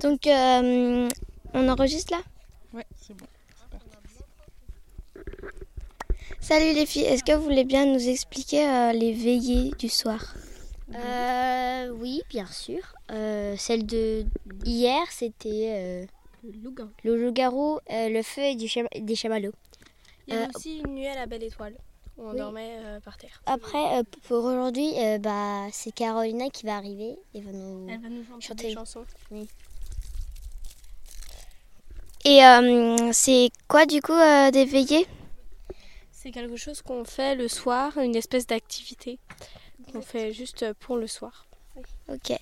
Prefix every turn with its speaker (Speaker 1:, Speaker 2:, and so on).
Speaker 1: Donc, euh, on enregistre là
Speaker 2: Ouais, c'est bon.
Speaker 1: Salut les filles, est-ce que vous voulez bien nous expliquer euh, les veillées du soir
Speaker 3: Euh, oui, bien sûr. Euh, celle de hier, c'était
Speaker 4: Lougain.
Speaker 3: euh, le loup-garou, euh, le feu et du chama- des chamallows.
Speaker 4: Il y avait
Speaker 3: Euh,
Speaker 4: aussi une nuit à la belle étoile où on
Speaker 3: oui.
Speaker 4: dormait euh, par terre.
Speaker 3: Après, euh, pour aujourd'hui, euh, bah, c'est Carolina qui va arriver et va nous.
Speaker 4: Elle va nous chanter
Speaker 3: Chanter.
Speaker 4: des chansons.
Speaker 1: Et euh, c'est quoi du coup euh, des veillées
Speaker 4: C'est quelque chose qu'on fait le soir, une espèce d'activité qu'on fait juste pour le soir.
Speaker 1: Ok.